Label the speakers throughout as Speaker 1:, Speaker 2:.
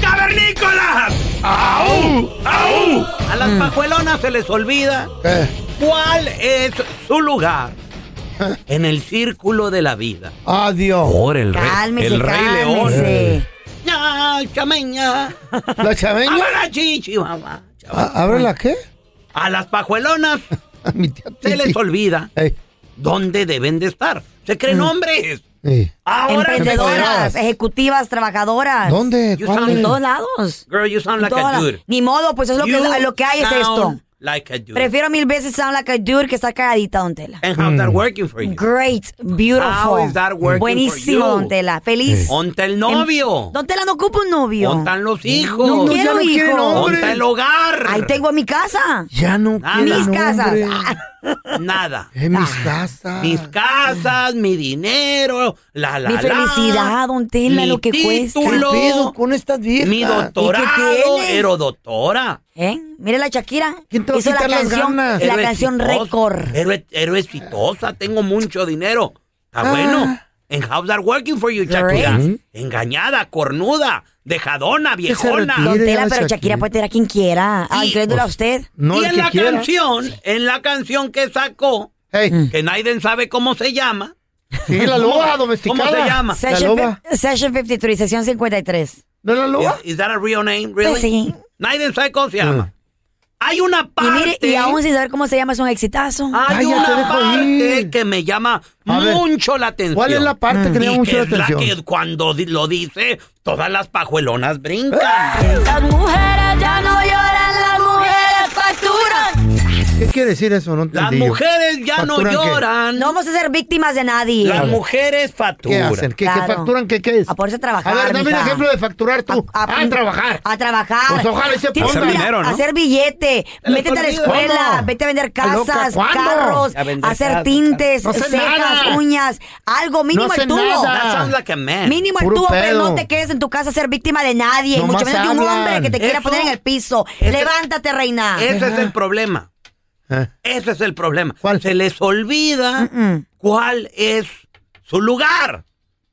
Speaker 1: ¡Cavernícolas!
Speaker 2: ¡Au! ¡Au!
Speaker 1: A las pajuelonas se les olvida
Speaker 3: Eh,
Speaker 1: cuál es su lugar en el círculo de la vida.
Speaker 3: Adiós.
Speaker 2: Por el rey,
Speaker 4: Cálmese,
Speaker 2: el rey león.
Speaker 4: cálmese.
Speaker 1: ¡Ya, chameña!
Speaker 3: ¿La chaveña?
Speaker 1: ¡Abre la chichi, mamá!
Speaker 3: ¿A- ¿Abre la qué?
Speaker 1: A las pajuelonas
Speaker 3: Mi tía
Speaker 1: se les
Speaker 3: Titi.
Speaker 1: olvida
Speaker 3: Ey,
Speaker 1: dónde deben de estar. Se
Speaker 2: Mm.
Speaker 1: creen hombres.
Speaker 3: ey.
Speaker 1: Ahora
Speaker 4: Emprendedoras, ejecutivas, trabajadoras.
Speaker 3: ¿Dónde?
Speaker 1: You
Speaker 3: ¿Cuál
Speaker 1: sound
Speaker 4: En
Speaker 3: es?
Speaker 4: todos lados.
Speaker 1: Girl, you sound
Speaker 4: En
Speaker 1: like
Speaker 4: todos
Speaker 1: a
Speaker 4: lados.
Speaker 1: dude.
Speaker 4: Ni modo, pues es lo que,
Speaker 1: You
Speaker 4: lo que hay es esto.
Speaker 1: sound Like a dude.
Speaker 4: Prefiero mil veces sound like a dude que estar calladita, don Tela.
Speaker 1: And how's
Speaker 2: Mm.
Speaker 1: that working for you?
Speaker 4: Great, beautiful.
Speaker 1: How is that working
Speaker 4: Buenísimo,
Speaker 1: for you?
Speaker 4: don Tela. Feliz. Em,
Speaker 1: Onta el novio.
Speaker 4: Don Tela, no ocupa un novio.
Speaker 1: Ontan los hijos.
Speaker 4: No, no
Speaker 3: ya
Speaker 4: quiero
Speaker 3: no quieren
Speaker 4: hijo.
Speaker 3: hombres.
Speaker 1: Onta el hogar.
Speaker 4: Ahí tengo a mi casa.
Speaker 3: Ya no
Speaker 1: Ah,
Speaker 3: quieren
Speaker 4: mis casas. Ah,
Speaker 3: hombres.
Speaker 1: Nada.
Speaker 3: Eh, mis casas.
Speaker 1: Mis casas, mi dinero, la la
Speaker 4: Mi
Speaker 1: la.
Speaker 4: felicidad, don Tela,
Speaker 1: mi
Speaker 4: lo que cuesta.
Speaker 3: ¿Qué
Speaker 1: título,
Speaker 3: pedo con estas viejas?
Speaker 1: Mi
Speaker 4: ¿Y qué
Speaker 1: doctorado,
Speaker 4: tiene?
Speaker 1: erodoctora.
Speaker 4: ¿Eh? Mire la Shakira.
Speaker 3: ¿Quién te va a
Speaker 4: Hizo la
Speaker 3: quitar las
Speaker 4: canción,
Speaker 3: ganas?
Speaker 4: la canción récord.
Speaker 1: Héroe e, exitosa, tengo mucho dinero.
Speaker 4: Ah.
Speaker 1: Está bueno. En House are working for you, Shakira. Engañada, cornuda, dejadona,
Speaker 3: Que Mm-hmm. se
Speaker 1: viejona.
Speaker 4: Don
Speaker 3: Mire
Speaker 4: Tela,
Speaker 3: la
Speaker 4: pero Shakira
Speaker 3: Shakira. Pues,
Speaker 4: puede tener a quien quiera. Ah,
Speaker 1: Sí,
Speaker 4: incluyéndola a usted.
Speaker 3: No,
Speaker 1: y
Speaker 3: el
Speaker 1: en
Speaker 3: que
Speaker 1: la
Speaker 3: quiera.
Speaker 1: canción, Mm. en la canción que sacó,
Speaker 4: Mm.
Speaker 3: Ey,
Speaker 1: que nadie sabe cómo se llama.
Speaker 3: sí, la loba domesticada.
Speaker 1: ¿Cómo se llama?
Speaker 3: La
Speaker 4: Session,
Speaker 3: loba.
Speaker 4: fi- Session 53, sesión 53.
Speaker 3: ¿No es la loba?
Speaker 1: Is, is that a real name, really?
Speaker 4: Pues sí. Ah.
Speaker 1: Nadie sabe cómo se llama. Hay una
Speaker 4: Y
Speaker 1: parte.
Speaker 4: mire, y aún sin saber cómo se llama, es un exitazo.
Speaker 1: Hay
Speaker 3: Ay, ya te
Speaker 1: una
Speaker 3: dejo
Speaker 1: parte
Speaker 3: ir.
Speaker 1: que me llama
Speaker 3: A ver,
Speaker 1: mucho la atención.
Speaker 3: ¿Cuál es la parte que le llama
Speaker 1: y
Speaker 3: mucho
Speaker 1: que
Speaker 3: la
Speaker 1: es la
Speaker 3: atención?
Speaker 1: que cuando di- lo dice, todas las pajuelonas
Speaker 3: Ah.
Speaker 1: brincan.
Speaker 4: Las mujeres ya no lloran, las mujeres facturan.
Speaker 3: ¿Qué quiere decir eso? No
Speaker 1: Las
Speaker 3: entendí yo.
Speaker 1: mujeres ya no
Speaker 3: ¿Facturan qué?
Speaker 1: lloran.
Speaker 4: No vamos a ser víctimas de nadie.
Speaker 1: Las mujeres
Speaker 3: ¿Qué
Speaker 1: facturan.
Speaker 3: hacen? ¿Qué, qué
Speaker 4: Claro.
Speaker 3: facturan? ¿Qué, qué es?
Speaker 4: A ponerse a trabajar,
Speaker 3: A ver, dame un
Speaker 4: mija.
Speaker 3: ejemplo de facturar tú.
Speaker 4: A- a-
Speaker 3: ah, trabajar.
Speaker 4: A trabajar.
Speaker 3: Pues ojalá y se
Speaker 4: Tienes que
Speaker 3: ponga.
Speaker 4: ir a-
Speaker 2: Hacer dinero, ¿no?
Speaker 4: Hacer billete.
Speaker 1: Se les
Speaker 4: Métete a la
Speaker 1: olvida.
Speaker 4: escuela.
Speaker 3: ¿Cuándo?
Speaker 4: Vete a vender
Speaker 3: ¿Está loca?
Speaker 4: casas,
Speaker 3: ¿Cuándo?
Speaker 4: carros,
Speaker 1: A vender
Speaker 4: hacer
Speaker 1: casas,
Speaker 4: tintes,
Speaker 3: No sé
Speaker 4: cejas,
Speaker 3: nada.
Speaker 4: uñas. Algo mínimo
Speaker 3: No sé
Speaker 4: el tubo.
Speaker 3: nada.
Speaker 1: That sounds like a man.
Speaker 4: Mínimo el
Speaker 3: Puro
Speaker 4: tubo, pero
Speaker 3: pedo.
Speaker 4: no te quedes en tu casa a ser víctima de nadie.
Speaker 3: Nomás
Speaker 4: mucho menos de un
Speaker 3: hablan.
Speaker 4: hombre que te quiera
Speaker 1: Eso-
Speaker 4: poner en el piso.
Speaker 1: eso-
Speaker 4: Levántate, reina.
Speaker 1: Ese es el problema.
Speaker 3: Ah.
Speaker 1: Ese es el problema.
Speaker 3: ¿Cuál?
Speaker 1: Se les olvida cuál es su lugar.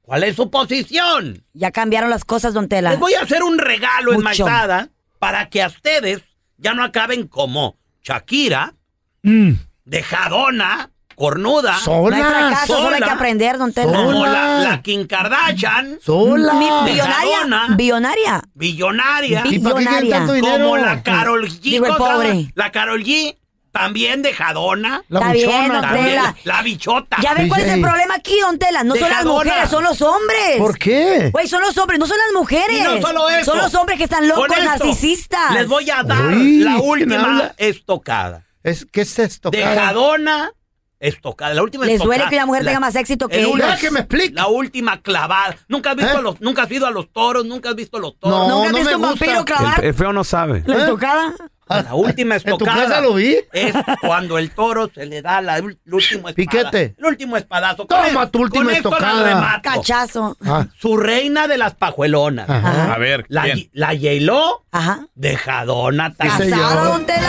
Speaker 1: ¿Cuál es su posición?
Speaker 4: ya cambiaron las cosas, don Tela.
Speaker 1: Les voy a hacer un regalo
Speaker 4: Mucho.
Speaker 1: en para que a ustedes ya no acaben como Shakira,
Speaker 4: Mm.
Speaker 1: dejadona, cornuda,
Speaker 4: No hay
Speaker 3: Sola.
Speaker 4: fracaso, solo hay
Speaker 1: sola.
Speaker 4: que aprender, don Tela.
Speaker 3: Sola.
Speaker 1: como la, la Kim Kardashian,
Speaker 3: Sola.
Speaker 4: Mi-
Speaker 1: Dejadona.
Speaker 4: Billonaria.
Speaker 1: billonaria,
Speaker 4: Billonaria.
Speaker 3: ¿Y para qué quieren
Speaker 4: millonaria.
Speaker 3: tanto dinero?
Speaker 1: como la Carol G.
Speaker 4: Digo, el
Speaker 1: ¿cómo se llama?
Speaker 4: pobre.
Speaker 1: La Carol G. También dejadona.
Speaker 3: La
Speaker 4: Está bien,
Speaker 3: buchona,
Speaker 4: don
Speaker 3: ¿no?
Speaker 1: También la,
Speaker 4: Tela.
Speaker 1: la bichota.
Speaker 4: Ya ven cuál es el
Speaker 3: DJ.
Speaker 4: problema aquí, don Tela. No son las
Speaker 1: Dejadona.
Speaker 4: mujeres, son los hombres.
Speaker 3: ¿Por qué?
Speaker 4: Güey, son los hombres, no son las mujeres.
Speaker 1: Y no solo eso.
Speaker 4: Son los hombres que
Speaker 1: Con
Speaker 4: están locos,
Speaker 1: esto,
Speaker 4: narcisistas.
Speaker 1: Les voy a dar
Speaker 3: Uy,
Speaker 1: la
Speaker 3: ¿quién
Speaker 1: última
Speaker 3: habla?
Speaker 1: estocada.
Speaker 3: Es, ¿Qué es esto? cara?
Speaker 1: Dejadona, estocada. La última
Speaker 4: Les
Speaker 1: estocada.
Speaker 4: duele que la mujer tenga más éxito que
Speaker 1: el
Speaker 4: ellos.
Speaker 1: último-
Speaker 3: Ya, que me explique.
Speaker 1: La última clavada. Nunca has visto
Speaker 3: ¿Eh?
Speaker 1: a los, nunca has ido a los toros, nunca has visto a los toros.
Speaker 3: No,
Speaker 4: ¿Nunca has
Speaker 3: no
Speaker 4: visto
Speaker 3: me
Speaker 4: un vampiro
Speaker 3: gusta.
Speaker 4: clavar
Speaker 2: El, el feo no sabe.
Speaker 4: la estocada?
Speaker 3: Ah,
Speaker 1: La última
Speaker 3: ¿En tu
Speaker 1: estocada.
Speaker 3: casa lo vi?
Speaker 1: Es cuando el toro se le da la, ul- el último espadazo.
Speaker 3: Piquete.
Speaker 1: El último espadazo.
Speaker 3: Toma tu última
Speaker 1: con esto la
Speaker 3: estocada.
Speaker 1: remato.
Speaker 4: Cachazo.
Speaker 3: Ah,
Speaker 1: Su reina de las pajuelonas.
Speaker 3: ajá.
Speaker 5: A ver,
Speaker 1: La,
Speaker 5: ¿quién?
Speaker 1: Ye- la Yeiló,
Speaker 4: Ajá.
Speaker 1: dejadona también.
Speaker 4: Casada,
Speaker 3: yo.
Speaker 4: don Tela.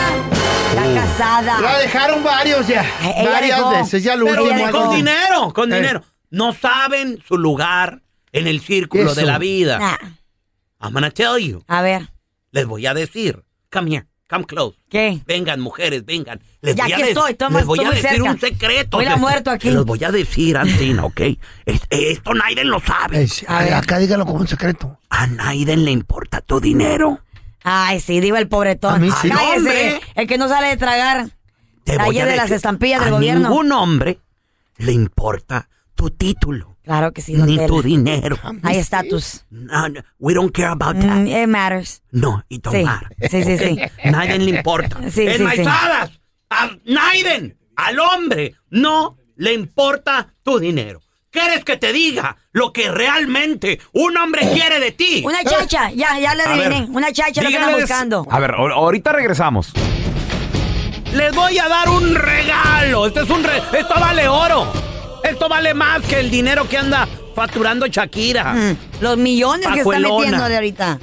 Speaker 4: La casada.
Speaker 3: La dejaron varios ya.
Speaker 4: Eh, Ah. ella
Speaker 3: varias
Speaker 4: dejó.
Speaker 3: veces. Ya lo
Speaker 1: Pero
Speaker 3: último.
Speaker 1: con
Speaker 3: algo.
Speaker 1: dinero, con
Speaker 3: Eh.
Speaker 1: dinero. No saben su lugar en el círculo
Speaker 3: Eso.
Speaker 1: de la vida.
Speaker 4: Nah,
Speaker 1: I'm gonna tell you.
Speaker 4: A ver,
Speaker 1: Les voy a decir. Come here. Come close.
Speaker 4: ¿qué?
Speaker 1: Vengan, mujeres, vengan. Les
Speaker 4: Ya
Speaker 1: voy a
Speaker 4: aquí
Speaker 1: de-
Speaker 4: estoy, toma,
Speaker 1: Les voy
Speaker 4: estoy
Speaker 1: a
Speaker 4: muy
Speaker 1: decir
Speaker 4: cerca.
Speaker 1: un secreto.
Speaker 4: Hubiera
Speaker 1: Se-
Speaker 4: muerto aquí.
Speaker 1: Se los voy a decir, Antina, ¿ok? Es- esto Naiden lo sabe.
Speaker 3: Eh, sí, a ver, acá dígalo como un secreto.
Speaker 1: A Naiden le importa tu dinero.
Speaker 4: Ay, sí, digo el pobretón.
Speaker 3: A mí sí.
Speaker 4: Cállese,
Speaker 1: Hombre.
Speaker 4: el que no sale de tragar.
Speaker 1: Te
Speaker 4: La
Speaker 1: voy a
Speaker 4: de las
Speaker 1: decir,
Speaker 4: estampillas del
Speaker 1: a
Speaker 4: gobierno.
Speaker 1: ningún hombre le importa tu título,
Speaker 4: Claro que sí, don
Speaker 1: ni
Speaker 4: Tela.
Speaker 1: tu dinero.
Speaker 4: Hay estatus.
Speaker 1: No, no, we don't care about that.
Speaker 4: Mm, it matters.
Speaker 1: No, y tomar.
Speaker 4: sí, sí, sí.
Speaker 1: Nadie le importa.
Speaker 4: Sí, sí, sí.
Speaker 1: Enmaizadas. A Naiden, al hombre, no le importa tu dinero. ¿Quieres que te diga lo que realmente un hombre quiere de ti?
Speaker 4: Una chacha, ya, ya le
Speaker 1: A ver,
Speaker 4: adiviné. Una chacha es lo que andan
Speaker 2: Dígales-
Speaker 4: buscando.
Speaker 2: A ver, ahor- ahorita regresamos.
Speaker 1: Les voy a dar un regalo. Este es un re- Esto vale oro. Esto vale más que el dinero que anda facturando Shakira.
Speaker 4: Mm, Los millones que está
Speaker 1: Pajuelona.
Speaker 4: metiendo de ahorita.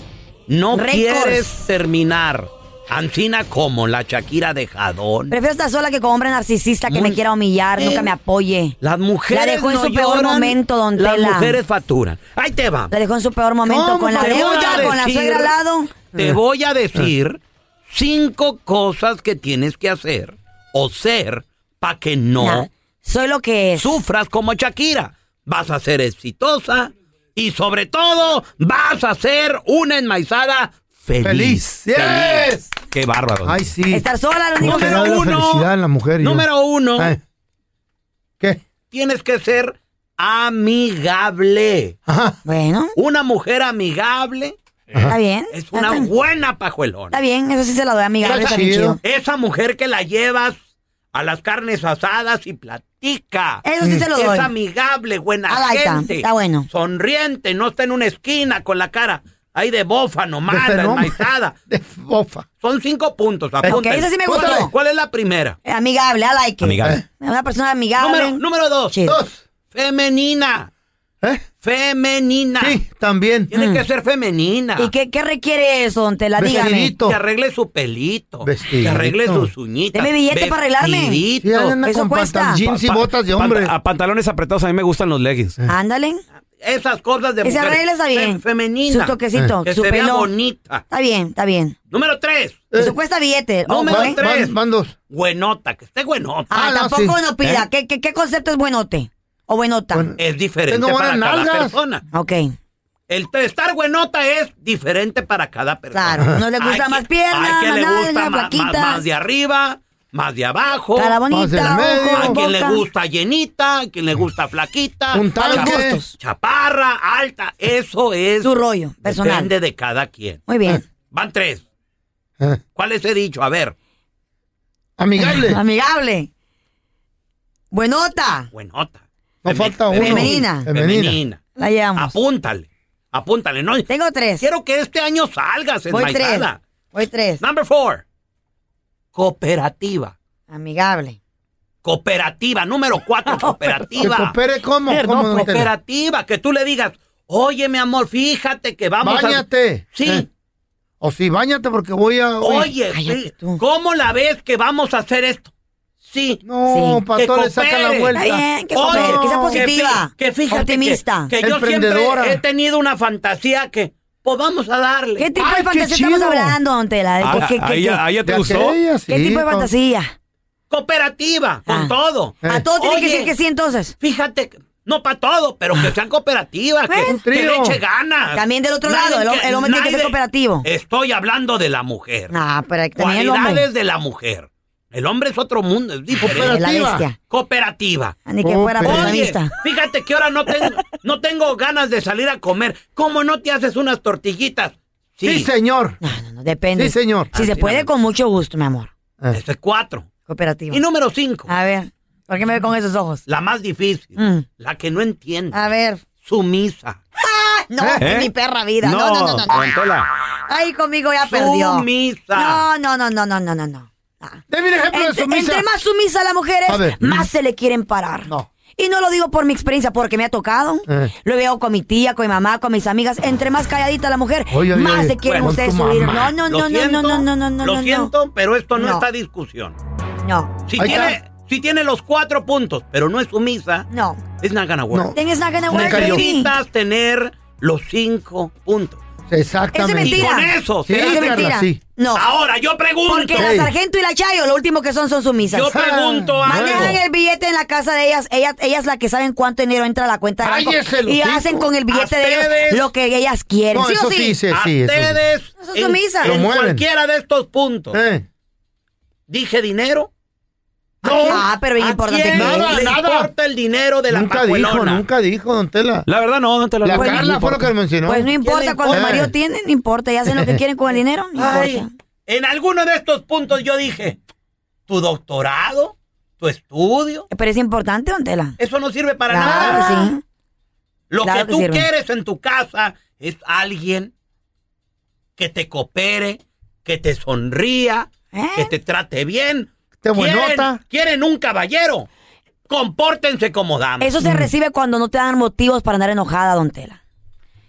Speaker 1: No
Speaker 4: Récords.
Speaker 1: quieres terminar. Ancina como la Shakira de Jadón.
Speaker 4: Prefiero estar sola que con hombre narcisista que
Speaker 1: Muy-
Speaker 4: me quiera humillar,
Speaker 1: Eh,
Speaker 4: nunca me apoye.
Speaker 1: Las mujeres.
Speaker 4: La dejó en
Speaker 1: no
Speaker 4: su peor
Speaker 1: lloran,
Speaker 4: momento, don
Speaker 1: Las
Speaker 4: Tela.
Speaker 1: mujeres facturan. Ahí te va.
Speaker 4: La dejó en su peor momento,
Speaker 1: ¿Cómo
Speaker 4: con la
Speaker 1: te voy a
Speaker 4: deuda, con la
Speaker 1: decir?
Speaker 4: suegra al lado. Mm.
Speaker 1: Te voy a decir cinco cosas que tienes que hacer o ser para que no
Speaker 4: Nah, soy lo que es.
Speaker 1: sufras como Shakira. Vas a ser exitosa y sobre todo vas a ser una enmaizada feliz.
Speaker 3: Feliz. Yes.
Speaker 1: Qué bárbaro.
Speaker 3: Ay, sí.
Speaker 4: Estar sola, lo único que...
Speaker 1: Número
Speaker 3: Será la
Speaker 1: uno.
Speaker 3: felicidad en la mujer. y yo.
Speaker 1: Número uno,
Speaker 3: Eh. ¿Qué?
Speaker 1: tienes que ser amigable.
Speaker 3: Ajá.
Speaker 4: Bueno,
Speaker 1: Una mujer amigable
Speaker 4: está bien.
Speaker 1: es una
Speaker 4: Está-
Speaker 1: buena pajuelona.
Speaker 4: Está bien, eso sí se la doy, amiga.
Speaker 3: Está
Speaker 4: Está bien
Speaker 3: chido.
Speaker 4: chido.
Speaker 1: Esa mujer que la llevas a las carnes asadas y platica.
Speaker 4: Eso sí se lo doy.
Speaker 1: Es amigable, buena
Speaker 4: Ah, ahí está.
Speaker 1: gente.
Speaker 4: Está bueno.
Speaker 1: Sonriente, no está en una esquina con la cara ahí de bofa nomás,
Speaker 3: De
Speaker 1: la
Speaker 3: fenómeno.
Speaker 1: enmaizada.
Speaker 3: De bofa.
Speaker 1: Son cinco puntos, apunta.
Speaker 4: Ok, esa sí me
Speaker 1: ¿Cuál-
Speaker 4: gustó.
Speaker 1: ¿Cuál es la primera?
Speaker 4: Eh, Amigable, I like it.
Speaker 3: Eh.
Speaker 1: Amigable.
Speaker 4: Una persona amigable.
Speaker 1: Número, número dos.
Speaker 4: Chido.
Speaker 3: Dos.
Speaker 1: Femenina.
Speaker 3: ¿Eh?
Speaker 1: Femenina.
Speaker 3: Sí, también. Mm.
Speaker 1: Tiene que ser femenina.
Speaker 4: Mm. ¿Y qué, qué requiere eso, don Tela? Dígame.
Speaker 3: Vestidito.
Speaker 1: Que arregle su pelito. Que
Speaker 3: Vestidito.
Speaker 1: arregle sus uñitas.
Speaker 4: Deme billete para arreglarme.
Speaker 1: vestidito.
Speaker 3: Sí, andan
Speaker 4: Eso
Speaker 3: con
Speaker 4: cuesta.
Speaker 3: pantal- jeans y botas de hombre.
Speaker 2: Panta- a pantalones apretados a mí me gustan los leggings.
Speaker 4: Ándale.
Speaker 1: Esas cosas de
Speaker 4: Que se
Speaker 1: mujer.
Speaker 4: arregle, está bien.
Speaker 1: Fe- Femenina.
Speaker 4: Su toquecito,
Speaker 1: Que
Speaker 4: su
Speaker 1: se vea
Speaker 4: pelo.
Speaker 1: bonita. Eh.
Speaker 4: Está bien, está bien.
Speaker 1: Número tres.
Speaker 4: Eso cuesta billete. ojo,
Speaker 1: Número
Speaker 4: ¿eh?
Speaker 1: tres.
Speaker 3: Van, van dos.
Speaker 1: Buenota. Que esté buenota.
Speaker 4: Ah,
Speaker 3: Ah, no,
Speaker 4: tampoco
Speaker 3: sí.
Speaker 4: no
Speaker 1: ¿Eh?
Speaker 4: pida. ¿Qué, qué, qué concepto es buenote? ¿O buenota?
Speaker 3: Bueno.
Speaker 1: Es diferente
Speaker 3: Tengo
Speaker 1: para
Speaker 3: buenas
Speaker 1: cada
Speaker 3: nalgas.
Speaker 1: persona.
Speaker 4: Ok,
Speaker 1: El te- estar buenota es diferente para cada persona.
Speaker 4: claro. No le gusta
Speaker 1: Hay
Speaker 4: más
Speaker 1: que-
Speaker 4: piernas,
Speaker 1: hay que
Speaker 4: más
Speaker 1: le
Speaker 4: nalga,
Speaker 1: gusta más, más-
Speaker 4: flaquita.
Speaker 1: más de arriba, más de abajo.
Speaker 4: Cara
Speaker 3: Más del
Speaker 4: bonita,
Speaker 3: medio.
Speaker 4: ojo,
Speaker 1: A quien le
Speaker 4: boca.
Speaker 1: gusta llenita, a quien le gusta flaquita,
Speaker 3: Un
Speaker 1: chapa-
Speaker 3: tanque.
Speaker 1: chaparra, alta, eso es
Speaker 4: Su rollo personal.
Speaker 1: Depende de cada quien.
Speaker 4: Muy bien.
Speaker 1: Van tres.
Speaker 3: Eh.
Speaker 1: ¿Cuáles he dicho? A ver,
Speaker 3: Amigable.
Speaker 4: Amigable. Buenota.
Speaker 1: buenota.
Speaker 3: No
Speaker 1: Feme-
Speaker 3: falta uno.
Speaker 4: Femenina.
Speaker 3: Femenina.
Speaker 1: Femenina.
Speaker 4: La llevamos.
Speaker 1: Apúntale. Apúntale. No,
Speaker 4: Tengo tres.
Speaker 1: quiero que este año salgas en
Speaker 4: Voy tres. Voy tres.
Speaker 1: Number four. Cooperativa.
Speaker 4: Amigable.
Speaker 1: Cooperativa. Número cuatro,
Speaker 3: Que
Speaker 1: cooperativa.
Speaker 3: coopere como.
Speaker 4: Eh,
Speaker 3: ¿Cómo
Speaker 4: no,
Speaker 3: no te-
Speaker 1: cooperativa, que tú le digas, oye, mi amor, fíjate que vamos
Speaker 3: Báñate.
Speaker 1: a... Sí,
Speaker 3: Eh. O sí, bañate porque voy a.
Speaker 1: oye,
Speaker 4: cállate
Speaker 1: sí,
Speaker 4: tú.
Speaker 1: ¿cómo la ves que vamos a hacer esto? Sí.
Speaker 3: No,
Speaker 4: Sí.
Speaker 3: para
Speaker 1: Que
Speaker 3: todo le saca la
Speaker 1: coopere.
Speaker 3: vuelta.
Speaker 4: Está bien, que,
Speaker 1: Oye,
Speaker 4: comer, que sea positiva.
Speaker 1: fi- Que, fíjate que-
Speaker 4: Optimista.
Speaker 1: Que, yo siempre
Speaker 3: Emprendedora.
Speaker 1: he tenido una fantasía que, pues vamos a darle.
Speaker 4: ¿Qué tipo
Speaker 3: Ay,
Speaker 4: de
Speaker 3: qué
Speaker 4: fantasía estamos
Speaker 3: chido.
Speaker 4: hablando, don Tela? ¿De
Speaker 2: Ah,
Speaker 4: ¿Qué, qué,
Speaker 2: ah, ahí
Speaker 4: qué,
Speaker 2: ya- ahí ya te
Speaker 3: De
Speaker 2: gustó.
Speaker 3: aquella,
Speaker 4: qué
Speaker 3: sí,
Speaker 4: tipo de
Speaker 3: con-
Speaker 4: fantasía?
Speaker 1: Cooperativa, con
Speaker 4: Ah.
Speaker 1: todo.
Speaker 3: Eh.
Speaker 4: A todo tiene que
Speaker 1: Oye.
Speaker 4: decir que sí, entonces.
Speaker 1: Fíjate, que- no para todo, pero que sean cooperativas,
Speaker 4: Bueno.
Speaker 1: que, que le
Speaker 3: trío.
Speaker 1: eche ganas.
Speaker 4: También del otro lado, el hom- el hombre tiene que ser
Speaker 1: nadie-
Speaker 4: cooperativo.
Speaker 1: Estoy hablando de la mujer.
Speaker 4: Ah, pero también el hombre.
Speaker 1: Cualidades de la mujer. El hombre es otro mundo, es diferente.
Speaker 4: La bestia.
Speaker 1: Cooperativa.
Speaker 4: Ni que fuera
Speaker 3: Oye.
Speaker 1: Oye,
Speaker 4: prestamista.
Speaker 1: fíjate que ahora no tengo, no tengo ganas de salir a comer. ¿Cómo no te haces unas tortillitas?
Speaker 3: Sí, señor.
Speaker 4: No, no, no, depende.
Speaker 3: Sí, señor.
Speaker 4: Si se puede, con mucho gusto, mi amor.
Speaker 3: Eh,
Speaker 1: Eso es cuatro.
Speaker 4: Cooperativa.
Speaker 1: Y número cinco,
Speaker 4: A ver, ¿por qué me ve con esos ojos?
Speaker 1: la más difícil,
Speaker 4: Ah. Mm. Ah.
Speaker 1: la que no entiende,
Speaker 4: A ver.
Speaker 1: sumisa.
Speaker 4: ¡Ah! No,
Speaker 2: ¿Eh?
Speaker 4: mi perra vida. No, no, no, no. no.
Speaker 2: Antola.
Speaker 4: Ay, conmigo ya perdió.
Speaker 1: Sumisa.
Speaker 4: No, no, no, no, no, no, no, no. Ah.
Speaker 3: Deme un ejemplo de
Speaker 4: Entre,
Speaker 3: sumisa.
Speaker 4: entre más sumisa la mujer
Speaker 3: A ver.
Speaker 4: es, más se le quieren parar.
Speaker 3: No.
Speaker 4: Y no lo digo por mi experiencia, porque me ha tocado.
Speaker 3: Eh.
Speaker 4: Lo veo con mi tía, con mi mamá, con mis amigas. Entre más calladita la mujer,
Speaker 3: Oye, oye,
Speaker 4: más
Speaker 3: oye.
Speaker 4: se quieren
Speaker 3: Bueno,
Speaker 4: ustedes
Speaker 3: tu
Speaker 4: subir.
Speaker 3: mamá.
Speaker 4: No,
Speaker 1: Lo
Speaker 4: no, no, no,
Speaker 1: siento,
Speaker 4: no, no, no, no,
Speaker 1: Lo
Speaker 4: no,
Speaker 1: siento, pero esto no,
Speaker 4: No.
Speaker 1: está discusión.
Speaker 4: no.
Speaker 1: Si
Speaker 3: Ahí
Speaker 1: tiene, si tiene los cuatro puntos, pero no es sumisa,
Speaker 4: No,
Speaker 1: es not gonna work.
Speaker 3: No.
Speaker 4: Then it's not gonna work,
Speaker 3: cayó.
Speaker 4: baby.
Speaker 1: Necesitas tener los cinco puntos.
Speaker 3: Exactamente.
Speaker 1: Y
Speaker 4: mentira.
Speaker 1: con eso,
Speaker 3: Sí,
Speaker 1: se
Speaker 4: Es
Speaker 1: hace-
Speaker 4: que
Speaker 3: Carla,
Speaker 4: mentira.
Speaker 3: sí.
Speaker 4: No.
Speaker 1: Ahora, yo pregunto.
Speaker 4: Porque la
Speaker 3: Ey.
Speaker 4: sargento y la chayo, lo último que son, son sumisas.
Speaker 1: Yo pregunto
Speaker 3: Ah,
Speaker 1: algo.
Speaker 4: Manejan el billete en la casa de ellas. Ellas, ellas la que saben cuánto dinero entra a la cuenta de banco.
Speaker 3: Cállese el
Speaker 4: Y
Speaker 3: hocico.
Speaker 4: hacen con el billete
Speaker 1: A
Speaker 4: de ellos
Speaker 1: ustedes.
Speaker 4: lo que ellas quieren.
Speaker 3: No,
Speaker 4: ¿Sí
Speaker 3: eso
Speaker 4: o sí?
Speaker 3: sí, sí,
Speaker 1: a
Speaker 3: sí. eso sí.
Speaker 1: ustedes
Speaker 4: Eso es
Speaker 1: en,
Speaker 4: sumisa.
Speaker 1: en
Speaker 3: Lo mueven.
Speaker 1: cualquiera de estos puntos.
Speaker 3: Eh,
Speaker 1: Dije dinero.
Speaker 4: Ah, pero bien
Speaker 1: ¿A
Speaker 4: importante
Speaker 1: quién
Speaker 4: que
Speaker 3: Nada,
Speaker 1: le
Speaker 4: es.
Speaker 3: nada.
Speaker 1: importa el dinero de la
Speaker 3: nunca
Speaker 1: pajuelona?
Speaker 3: dijo, nunca dijo, don Tela.
Speaker 2: La verdad no, Antola.
Speaker 3: La
Speaker 2: no.
Speaker 3: Carla fue lo que mencionó.
Speaker 4: Pues no importa, cuando el
Speaker 3: importa?
Speaker 4: marido tiene, no importa. Ellas hacen lo que quieren con el dinero, no
Speaker 1: Ay,
Speaker 4: importa.
Speaker 1: en alguno de estos puntos yo dije, tu doctorado, tu estudio,
Speaker 4: Pero es importante, don Tela.
Speaker 1: eso no sirve para
Speaker 4: Claro
Speaker 1: nada.
Speaker 4: que sí.
Speaker 1: Lo
Speaker 4: claro
Speaker 1: que
Speaker 4: que
Speaker 1: tú
Speaker 4: sirve.
Speaker 1: quieres en tu casa es alguien que te coopere, que te sonría,
Speaker 4: ¿Eh?
Speaker 1: que te trate bien.
Speaker 3: Te
Speaker 1: quieren,
Speaker 3: buenota.
Speaker 1: quieren un caballero. Compórtense como damas.
Speaker 4: Eso se recibe cuando no te dan motivos para andar enojada, don Tela.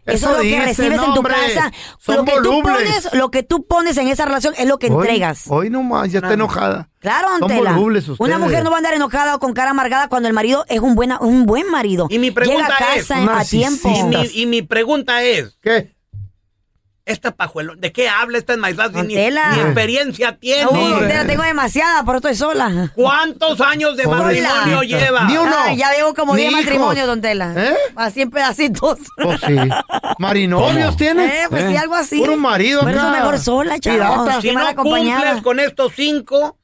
Speaker 4: Eso, es lo
Speaker 3: dice,
Speaker 4: que recibes
Speaker 3: no,
Speaker 4: en tu
Speaker 3: hombre.
Speaker 4: casa.
Speaker 3: Son
Speaker 4: Lo que, tú
Speaker 3: volubles.
Speaker 4: pones, lo que tú pones en esa relación es lo que
Speaker 3: Hoy-
Speaker 4: entregas.
Speaker 3: Hoy nomás, ya está enojada.
Speaker 4: Claro, don
Speaker 3: Son
Speaker 4: Tela.
Speaker 3: volubles ustedes.
Speaker 4: Una mujer no va a andar enojada o con cara amargada cuando el marido es un, buena, un buen marido.
Speaker 1: Y mi
Speaker 4: Llega
Speaker 1: pregunta
Speaker 4: a casa
Speaker 3: es,
Speaker 4: a tiempo.
Speaker 1: Y mi,
Speaker 3: Estas.
Speaker 1: y mi pregunta es,
Speaker 3: ¿Qué?
Speaker 1: esta pajuelona, ¿de qué habla esta maizada si ni,
Speaker 4: Mantela.
Speaker 1: ni experiencia tiene?
Speaker 4: Uy, don Tela, tengo demasiada, por eso estoy sola.
Speaker 1: ¿Cuántos años de
Speaker 4: Pobrecita.
Speaker 1: matrimonio lleva?
Speaker 3: Ni uno.
Speaker 4: Ay, ya veo como
Speaker 3: Ni
Speaker 4: 10
Speaker 3: hijos.
Speaker 4: matrimonios, don Tela.
Speaker 3: ¿Eh?
Speaker 4: Así en pedacitos.
Speaker 3: Pues sí. ¿Marinovios tiene?
Speaker 4: Eh, pues sí, algo así.
Speaker 3: Puro marido
Speaker 4: Por eso
Speaker 3: acá.
Speaker 4: mejor sola,
Speaker 3: Pirata.
Speaker 4: chavos.
Speaker 1: Si
Speaker 4: Qué
Speaker 1: no
Speaker 4: mal acompañada.
Speaker 1: cumples con estos cinco,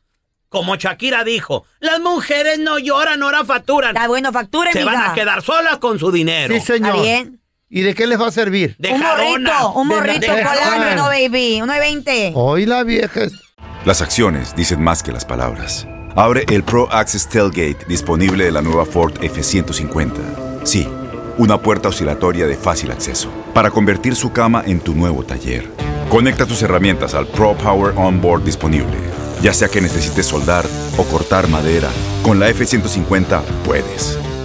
Speaker 1: como Shakira dijo, las mujeres no lloran, ahora facturan.
Speaker 4: Está bueno, factura,
Speaker 1: Se van a quedar solas con su dinero.
Speaker 3: Sí, señor.
Speaker 4: Está bien.
Speaker 3: ¿Y de qué les va a servir?
Speaker 1: De
Speaker 4: un
Speaker 1: jarona.
Speaker 4: morrito, un
Speaker 3: de
Speaker 4: morrito
Speaker 3: jarona.
Speaker 4: colágeno, baby. Uno de 20.
Speaker 3: Hoy la vieja es...
Speaker 6: Las acciones dicen más que las palabras. Abre el Pro Access Tailgate disponible de la nueva Ford F-150. Sí, una puerta oscilatoria de fácil acceso para convertir su cama en tu nuevo taller. Conecta tus herramientas al Pro Power Onboard disponible. Ya sea que necesites soldar o cortar madera, con la F-150 puedes.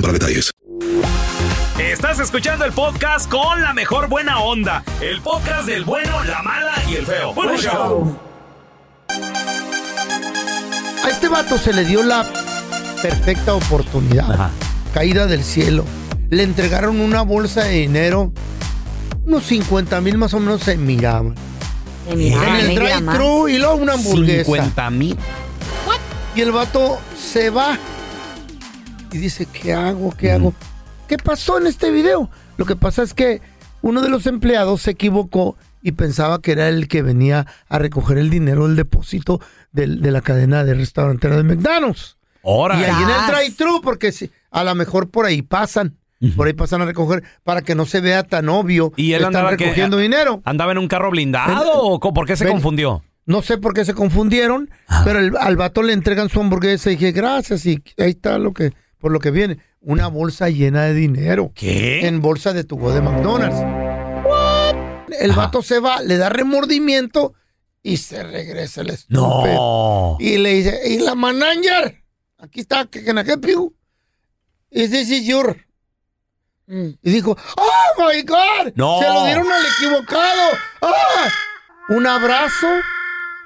Speaker 7: para detalles.
Speaker 2: Estás escuchando el podcast con la mejor buena onda. El podcast del bueno, la mala y el feo. Bueno, show.
Speaker 3: A este vato se le dio la perfecta oportunidad. Caída del cielo. Le entregaron una bolsa de dinero. Unos 50 mil más o menos se miraban.
Speaker 4: Eh, mira,
Speaker 3: en el
Speaker 4: baby, la más.
Speaker 3: drive-thru y luego una hamburguesa.
Speaker 1: 50 mil.
Speaker 3: Y el vato se va y dice, ¿qué hago? ¿Qué hago? ¿Qué pasó en este video? Lo que pasa es que uno de los empleados se equivocó y pensaba que era el que venía a recoger el dinero del depósito del- de la cadena de restaurantera de McDonald's.
Speaker 1: Ahora.
Speaker 3: Y ahí en el
Speaker 4: Sas.
Speaker 3: drive-thru, porque si- a lo mejor por ahí pasan. por ahí pasan a recoger para que no se vea tan obvio
Speaker 1: ¿Y él
Speaker 3: que están
Speaker 1: andaba que- ah,
Speaker 3: recogiendo dinero.
Speaker 1: ¿Andaba en un carro blindado o co- por qué se
Speaker 3: Ven.
Speaker 1: confundió?
Speaker 3: No sé por qué se confundieron,
Speaker 1: Ah.
Speaker 3: pero el- al vato le entregan su hamburguesa y dije, gracias, y ahí está lo que, por lo que viene. Una bolsa llena de dinero.
Speaker 1: ¿Qué?
Speaker 3: En bolsa de tubo de McDonald's. El vato se va, le da remordimiento y se regresa el
Speaker 1: No.
Speaker 3: y le dice, y la manager, aquí está, que que en aquel piu. Y this is your.
Speaker 1: Mm.
Speaker 3: Y dijo, oh my God,
Speaker 8: No.
Speaker 3: se lo dieron al equivocado. ¡Ah! Un abrazo,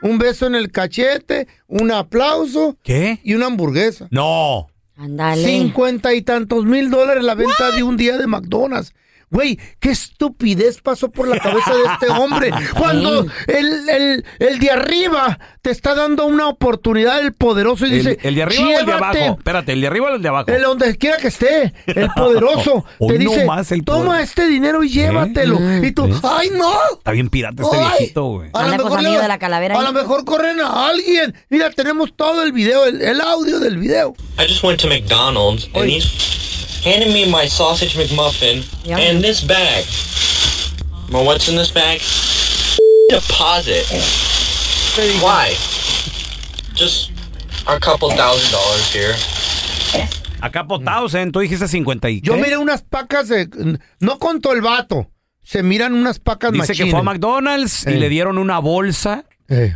Speaker 3: un beso en el cachete, un aplauso.
Speaker 1: ¿Qué?
Speaker 3: Y una hamburguesa.
Speaker 1: No.
Speaker 4: Ándale.
Speaker 3: Cincuenta y tantos mil dólares la venta de un día de McDonald's. Güey, qué estupidez pasó por la cabeza de este hombre. Cuando el, el- el de arriba te está dando una oportunidad, el poderoso, y dice:
Speaker 1: el, el de arriba o el de
Speaker 3: "Llévate
Speaker 1: abajo? Espérate, ¿el de arriba o el de abajo?
Speaker 3: el donde quiera que esté, el poderoso
Speaker 1: Hoy
Speaker 3: te dice,
Speaker 1: nomás el
Speaker 3: toma
Speaker 1: poder.
Speaker 3: este dinero y llévatelo. Y tú, ¡ay, no!
Speaker 1: Está bien pirata este
Speaker 3: Ay.
Speaker 1: viejito, güey.
Speaker 3: A lo, mejor le- a lo mejor corren a alguien. Mira, tenemos todo el video, el, el audio del video.
Speaker 9: I just went to McDonald's and he's handing me my sausage McMuffin
Speaker 3: Yeah.
Speaker 9: and this bag. Well, what's in this bag? Deposit. Why? Just a couple thousand dollars here.
Speaker 1: Acá potados, ¿eh? Tú dijiste 50 y
Speaker 3: Yo
Speaker 1: ¿qué?
Speaker 3: miré unas pacas de... No contó el vato. Se miran unas pacas
Speaker 1: Dice que
Speaker 3: machines.
Speaker 1: fue a McDonald's y
Speaker 3: Eh.
Speaker 1: le dieron una bolsa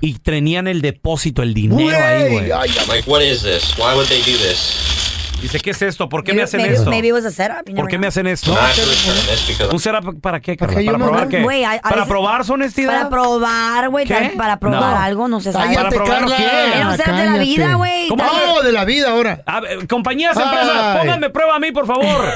Speaker 1: y tenían el depósito, el dinero ahí, güey.
Speaker 9: Like, what is this? Why would they do this?
Speaker 1: Dice, ¿qué es esto? ¿Por qué me hacen
Speaker 4: Maybe-
Speaker 1: esto?
Speaker 4: maybe it was a setup, you
Speaker 1: ¿Por
Speaker 4: never
Speaker 1: qué
Speaker 4: know.
Speaker 1: me hacen esto?
Speaker 9: I have to return this because
Speaker 1: ¿Un setup para qué, Carla?
Speaker 9: que yo
Speaker 1: ¿Para
Speaker 9: no
Speaker 1: probar
Speaker 9: me-
Speaker 1: qué?
Speaker 4: Güey, a- a
Speaker 1: ¿Para
Speaker 4: veces-
Speaker 1: probar su honestidad?
Speaker 4: Para probar, güey,
Speaker 1: ¿Qué?
Speaker 4: tal- para probar
Speaker 1: No.
Speaker 4: algo, no se sabe.
Speaker 1: Cállate,
Speaker 4: Para probar,
Speaker 1: Carla.
Speaker 4: ¿qué? Era un ser de la
Speaker 1: Cállate.
Speaker 4: vida, güey.
Speaker 1: ¿Cómo?
Speaker 4: Tal-
Speaker 1: No,
Speaker 3: de la vida ahora.
Speaker 1: A ver, compañías, empresas,
Speaker 3: Ay.
Speaker 1: pónganme prueba a mí, por favor.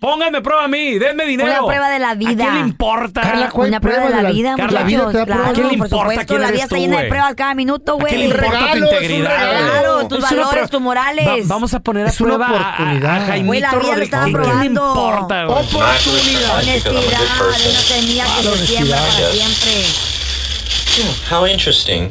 Speaker 1: pónganme prueba a mí, denme dinero.
Speaker 4: Una prueba de la vida.
Speaker 1: ¿A quién le importa?
Speaker 4: Una prueba, de la, vida,
Speaker 1: Carla,
Speaker 4: muchachos. Claro,
Speaker 1: ¿A quién le
Speaker 4: por
Speaker 1: importa
Speaker 4: supuesto,
Speaker 1: quién
Speaker 4: la
Speaker 1: eres
Speaker 4: vida está
Speaker 1: tú,
Speaker 4: llena de
Speaker 1: güey?
Speaker 4: pruebas cada minuto, güey.
Speaker 1: ¿A quién le importa tu integridad?
Speaker 4: Claro,
Speaker 1: Es
Speaker 4: tus
Speaker 1: una
Speaker 4: valores,
Speaker 1: prueba.
Speaker 4: tus morales.
Speaker 1: Va- vamos a poner a
Speaker 4: Es una
Speaker 1: prueba a- a-
Speaker 4: oportunidad.
Speaker 1: a Jaimito
Speaker 4: Güey, la vida lo estaba
Speaker 1: Rodríguez. ¿A quién le
Speaker 4: probando.
Speaker 1: importa, güey?
Speaker 4: Oportunidad. Honestidad, una semilla que se siembra para
Speaker 9: honestidad.
Speaker 4: siempre.
Speaker 9: How interesting.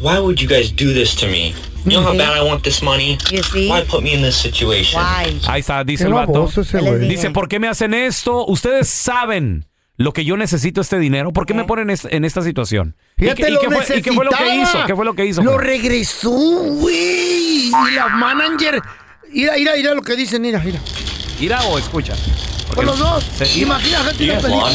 Speaker 9: Why would you guys do this to me? You know how bad I want this money?
Speaker 4: You see?
Speaker 9: Why put me in this situation?
Speaker 4: Why?
Speaker 1: Ahí está, dice
Speaker 9: Qué
Speaker 1: el vato.
Speaker 9: baboso ese güey.
Speaker 1: Dice, ¿por qué me hacen esto? Ustedes saben lo que yo necesito este dinero. ¿Por qué me ponen es- en esta situación? ¿Y
Speaker 3: Fíjate,
Speaker 1: qué- y
Speaker 3: lo
Speaker 1: qué fue, y qué fue lo que
Speaker 3: necesitaba.
Speaker 1: hizo? ¿Qué fue lo que hizo?
Speaker 3: Lo
Speaker 1: güey?
Speaker 3: regresó, güey. Y la manager... Mira, mira, mira lo que dicen, mira, mira.
Speaker 1: ¿Ira o oh, escucha? Porque
Speaker 3: Con los dos.
Speaker 1: se-
Speaker 3: Imagínate una película.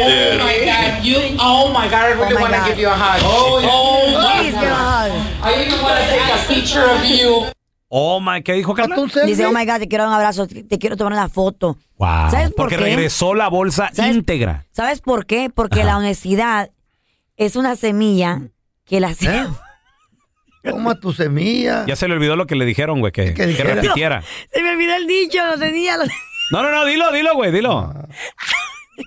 Speaker 8: Oh my god, you, oh my god, I really want to give you a hug. Oh, my
Speaker 4: Please
Speaker 8: God.
Speaker 4: give a hug.
Speaker 8: I even want to take a picture of you.
Speaker 1: Oh my, ¿qué dijo Carla?
Speaker 4: Dice, oh my God, te quiero dar un abrazo, te te quiero tomar una foto.
Speaker 1: Wow.
Speaker 4: ¿Sabes por
Speaker 1: Porque
Speaker 4: qué?
Speaker 1: regresó la bolsa
Speaker 4: ¿Sabes?
Speaker 1: íntegra.
Speaker 4: ¿Sabes por qué? Porque la honestidad es una semilla que
Speaker 1: ¿Eh?
Speaker 4: la
Speaker 3: Toma tu semilla.
Speaker 1: Ya se le olvidó lo que le dijeron, güey, que, que
Speaker 3: dijera.
Speaker 1: repitiera.
Speaker 4: Se me olvidó el dicho, lo tenía. lo-
Speaker 1: No, no, no, dilo, dilo, güey, dilo.
Speaker 4: Ah.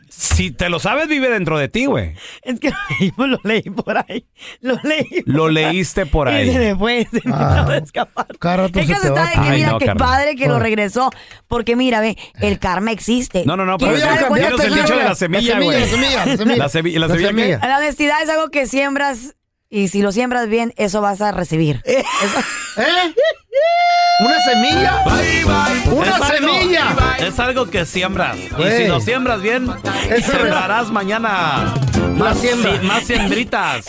Speaker 1: Si te lo sabes, vive dentro de ti, güey.
Speaker 4: Es que lo leí, lo leí por ahí. Lo leí.
Speaker 1: Lo leíste por
Speaker 4: Y se
Speaker 1: ahí.
Speaker 4: me
Speaker 3: Ah,
Speaker 4: fue, se me acaba de escapar. Es que
Speaker 1: se te
Speaker 4: está
Speaker 1: va.
Speaker 4: de que
Speaker 1: Ay,
Speaker 4: mira,
Speaker 1: no,
Speaker 4: qué
Speaker 1: Carla.
Speaker 4: padre que lo
Speaker 1: Ay.
Speaker 4: regresó. Porque mira, ve, el karma existe.
Speaker 1: No, no, no,
Speaker 4: ¿Quién
Speaker 1: pero
Speaker 4: sabe
Speaker 1: dinos-
Speaker 4: cuántas
Speaker 1: dinos el
Speaker 4: personas-
Speaker 1: dicho de la semilla, güey.
Speaker 4: La semilla, la semilla,
Speaker 1: La semilla, la semilla, ¿qué?
Speaker 4: La honestidad es algo que siembras y si lo siembras bien, eso vas a recibir.
Speaker 3: ¿Eh? ¿Una semilla? ¡Una
Speaker 1: Es algo-
Speaker 3: semilla!
Speaker 1: Es algo que siembras. Y si
Speaker 3: Güey.
Speaker 1: lo siembras bien,
Speaker 3: Es una-
Speaker 1: sembrarás mañana más,
Speaker 3: siembra.
Speaker 1: si- más siembritas.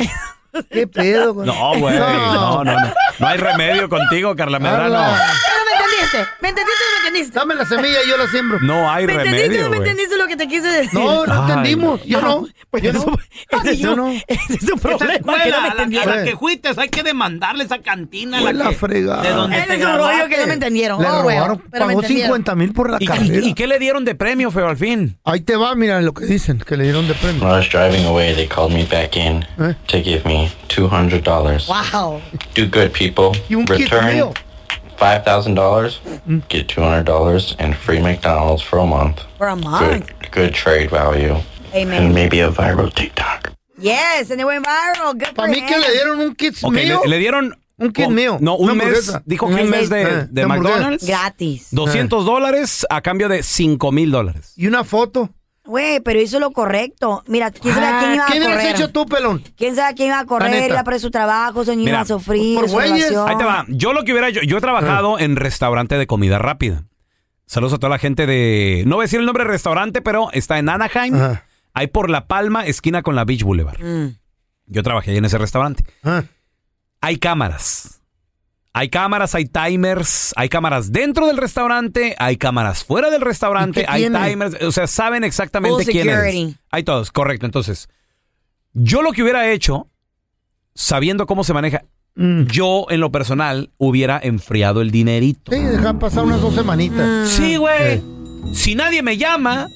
Speaker 3: ¿Qué pedo, güey?
Speaker 1: No, güey. No, no, no. No hay remedio contigo, Carla Medrano.
Speaker 3: Carla.
Speaker 4: Pero me entendiste, me entendiste o no me entendiste.
Speaker 3: Dame la semilla y yo la siembro.
Speaker 1: No hay
Speaker 4: ¿Me entendiste o
Speaker 1: remedio,
Speaker 4: no me
Speaker 1: güey.
Speaker 4: entendiste lo que te quise decir?
Speaker 3: No, no entendimos. Yo no.
Speaker 4: Pues
Speaker 3: Yo
Speaker 4: eso-
Speaker 3: no. Ah,
Speaker 4: ese es
Speaker 3: Yo
Speaker 4: un-
Speaker 3: no.
Speaker 4: ese es un
Speaker 10: Esa
Speaker 4: problema.
Speaker 10: escuela,
Speaker 4: que
Speaker 10: a la,
Speaker 4: no me
Speaker 10: a la
Speaker 4: entendieron.
Speaker 10: que fuiste, hay que demandarle esa cantina.
Speaker 3: Fue la
Speaker 10: que-
Speaker 3: fregada.
Speaker 10: De donde
Speaker 4: Ese
Speaker 10: te
Speaker 4: es un rollo
Speaker 10: graduaste.
Speaker 4: que no me entendieron.
Speaker 3: Le
Speaker 4: Oh, güey,
Speaker 3: robaron,
Speaker 4: pero me
Speaker 3: pagó
Speaker 4: entendieron.
Speaker 3: 50 mil por la
Speaker 1: ¿Y-
Speaker 3: carrera.
Speaker 1: y- ¿Y qué le dieron de premio, feo, al fin?
Speaker 3: Ahí te va, mira lo que dicen, que le dieron de premio.
Speaker 9: When I was driving away, they called me back in
Speaker 3: Eh.
Speaker 9: to give me $200.
Speaker 4: Wow.
Speaker 9: Do good, people.
Speaker 3: Y un kit
Speaker 9: Return
Speaker 3: mío.
Speaker 9: $5,000, get $200 and free McDonald's for a month.
Speaker 4: For a month.
Speaker 9: Good, good trade value. And
Speaker 4: Amen.
Speaker 9: maybe a viral TikTok.
Speaker 4: Yes, and it went viral. Good
Speaker 3: A
Speaker 4: for
Speaker 3: mí que
Speaker 4: him.
Speaker 3: le dieron un kit
Speaker 1: Ok, le,
Speaker 3: mío.
Speaker 1: le dieron...
Speaker 3: Un kit
Speaker 1: oh,
Speaker 3: mío.
Speaker 1: No, un
Speaker 3: Una
Speaker 1: mes.
Speaker 3: hamburguesa.
Speaker 1: Dijo que un
Speaker 3: Sí,
Speaker 1: mes
Speaker 3: sí.
Speaker 1: de,
Speaker 3: Eh,
Speaker 1: de
Speaker 3: de hamburguesa.
Speaker 1: McDonald's.
Speaker 4: Gratis.
Speaker 1: 200 dólares a cambio de 5 mil dólares.
Speaker 3: Y una foto.
Speaker 4: Güey, pero hizo lo correcto. Mira, quién sabe a quién iba a
Speaker 3: ¿Qué hubieras
Speaker 4: correr.
Speaker 3: Ah, hecho tú, pelón?
Speaker 4: Quién sabe a quién iba a
Speaker 3: La
Speaker 4: correr,
Speaker 3: neta.
Speaker 4: iba a perder su trabajo, su niño iba a sufrir, su relación.
Speaker 1: Ahí te va. Yo lo que hubiera... Yo, yo he trabajado en restaurante de comida rápida. Saludos a toda la gente de. No voy a decir el nombre del restaurante, pero está en Anaheim. Ahí por La Palma, esquina con la Beach Boulevard. Yo trabajé ahí en ese restaurante. Hay cámaras. Hay cámaras, hay timers, hay cámaras dentro del restaurante, hay cámaras fuera del restaurante, hay
Speaker 11: tiene?
Speaker 1: timers, o sea, saben exactamente
Speaker 11: Full
Speaker 1: quién es.
Speaker 11: security.
Speaker 1: Hay todos, correcto. Entonces, yo lo que hubiera hecho, sabiendo cómo se maneja,
Speaker 11: Mm.
Speaker 1: yo en lo personal hubiera enfriado el dinerito.
Speaker 3: Sí, deja pasar unas dos
Speaker 11: Ah.
Speaker 3: semanitas.
Speaker 1: Sí, güey.
Speaker 11: Eh.
Speaker 1: Si nadie me llama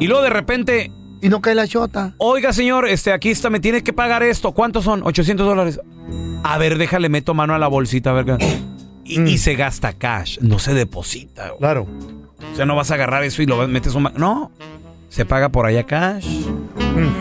Speaker 1: y luego de repente...
Speaker 4: Mm.
Speaker 3: Y no cae la chota.
Speaker 1: Oiga, señor, este, aquí está, me tiene que pagar esto. ¿Cuántos son? 800 dólares. A ver, déjale, meto mano a la bolsita, a ver qué- Y, y se gasta cash, no se deposita. güey.
Speaker 3: Claro.
Speaker 1: O sea, no vas a agarrar eso y lo vas- metes un... ma- No, se paga por allá cash.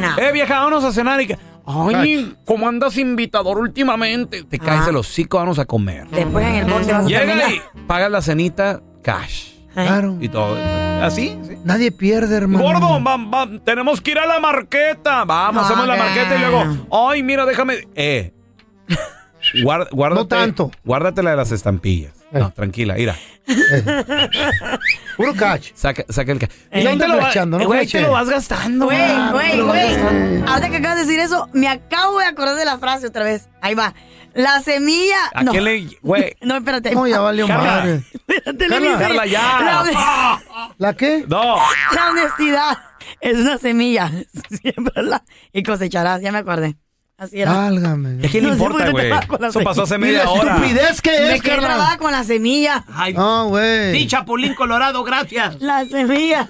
Speaker 4: Ah.
Speaker 1: Eh, vieja, vamos a cenar y... que- Ay, ¿cómo andas invitador últimamente? Te caes el hocico, vamos a comer.
Speaker 4: Después en el bote vas a
Speaker 1: Llega
Speaker 4: terminar.
Speaker 1: y pagas la cenita cash.
Speaker 3: Claro.
Speaker 1: Y todo. ¿Así?
Speaker 3: Nadie pierde, hermano.
Speaker 1: Gordo, va- va- tenemos que ir a la marqueta. Vamos,
Speaker 3: No,
Speaker 1: hacemos la
Speaker 3: no.
Speaker 1: marqueta y luego. Ay, mira, déjame. Eh. Guarda, guárdate, no tanto. Guárdate la de las estampillas. No, tranquila, mira.
Speaker 3: Puro cash.
Speaker 1: Saca, saca el cash.
Speaker 4: Eh, no andes flechando, no
Speaker 1: güey, ahí te
Speaker 4: fleche.
Speaker 1: lo vas gastando.
Speaker 4: Güey,
Speaker 1: man, te
Speaker 4: güey,
Speaker 1: lo vas gastando.
Speaker 4: güey. Ahorita que acabas de decir eso, me acabo de acordar de la frase otra vez. Ahí va. La semilla.
Speaker 1: ¿A
Speaker 4: no.
Speaker 1: qué le- güey?
Speaker 4: No, espérate.
Speaker 3: No, ya valió
Speaker 1: Carla.
Speaker 3: madre.
Speaker 4: Espérate,
Speaker 3: Carla.
Speaker 4: Luis.
Speaker 3: Carla, ya.
Speaker 4: La, honest-
Speaker 3: ¿La qué?
Speaker 1: No.
Speaker 4: la honestidad es una semilla. Siempre la. Y cosecharás, ya me acordé. Así era.
Speaker 3: Válgame.
Speaker 1: ¿A quién le
Speaker 4: No sé por qué
Speaker 1: importa,
Speaker 4: te
Speaker 1: güey?
Speaker 4: trabas con la
Speaker 1: Eso pasó hace
Speaker 4: semilla.
Speaker 1: media hora.
Speaker 4: Me quedé trabada con la semilla.
Speaker 12: Ay,
Speaker 3: No, güey.
Speaker 12: Sí, Chapulín Colorado, gracias.
Speaker 4: La semilla.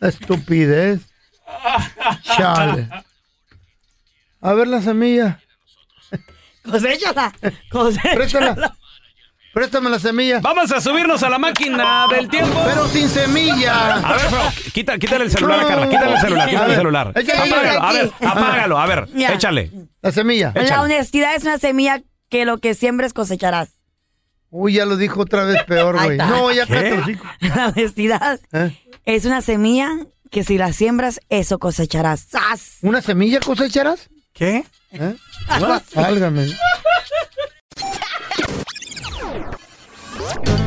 Speaker 3: Estupidez. Chale. A ver la semilla.
Speaker 4: Coséchala.
Speaker 3: Préstala. Préstame la semilla.
Speaker 1: Vamos a subirnos a la máquina del tiempo.
Speaker 3: Pero sin semilla.
Speaker 1: A ver, Feo, quita- quítale el celular a Carla,
Speaker 3: No.
Speaker 1: quítale el celular, quítale el celular.
Speaker 3: Es que ahí
Speaker 1: Apágalo, a ver,
Speaker 3: aquí.
Speaker 1: apágalo, a ver,
Speaker 4: Ya.
Speaker 1: échale.
Speaker 3: La semilla.
Speaker 4: La honestidad es una semilla que lo que siembres cosecharás.
Speaker 3: Uy, ya lo dijo otra vez peor,
Speaker 4: Ahí
Speaker 3: güey.
Speaker 4: está.
Speaker 3: No, ya ¿Eh?
Speaker 4: ¿Qué?
Speaker 3: cállate, los hocico.
Speaker 4: La honestidad es una semilla que si la siembras, eso cosecharás. ¡Sas!
Speaker 3: ¿Una semilla cosecharás?
Speaker 1: ¿Qué?
Speaker 3: ¿Eh?
Speaker 4: Algo así.
Speaker 3: Válgame.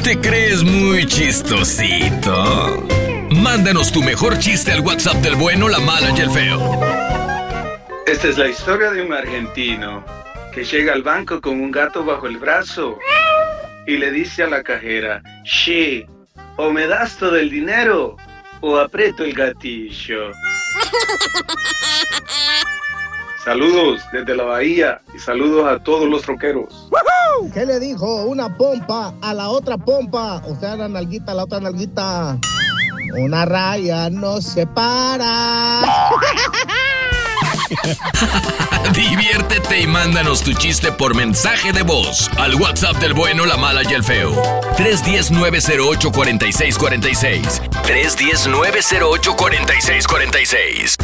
Speaker 13: ¿Te crees muy chistosito? Mándanos tu mejor chiste al WhatsApp del bueno, la mala y el feo.
Speaker 9: Esta es la historia de un argentino que llega al banco con un gato bajo el brazo y le dice a la cajera, sí, o me das todo el dinero o aprieto el gatillo. Saludos desde la bahía y saludos a todos los troqueros.
Speaker 14: ¿Qué le dijo una pompa a la otra pompa? O sea, la nalguita a la otra nalguita. Una raya nos separa.
Speaker 13: Diviértete y mándanos tu chiste por mensaje de voz al WhatsApp del bueno, la mala y el feo. 310-908-4646. 310-908-4646.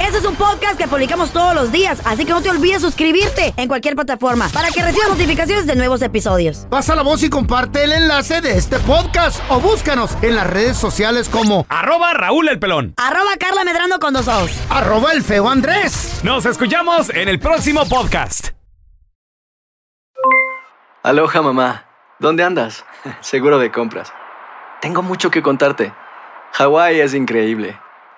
Speaker 4: Este es un podcast que publicamos todos los días, así que no te olvides suscribirte en cualquier plataforma para que recibas notificaciones de nuevos episodios.
Speaker 3: Pasa la voz y comparte el enlace de este podcast o búscanos en las redes sociales como
Speaker 1: Arroba Raúl el pelón.
Speaker 4: Arroba Carla Medrano con dos ojos.
Speaker 3: arroba el feo Andrés.
Speaker 1: Nos escuchamos en el próximo podcast.
Speaker 15: Aloha mamá, ¿dónde andas? Seguro de compras. Tengo mucho que contarte. Hawái es increíble.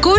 Speaker 16: Con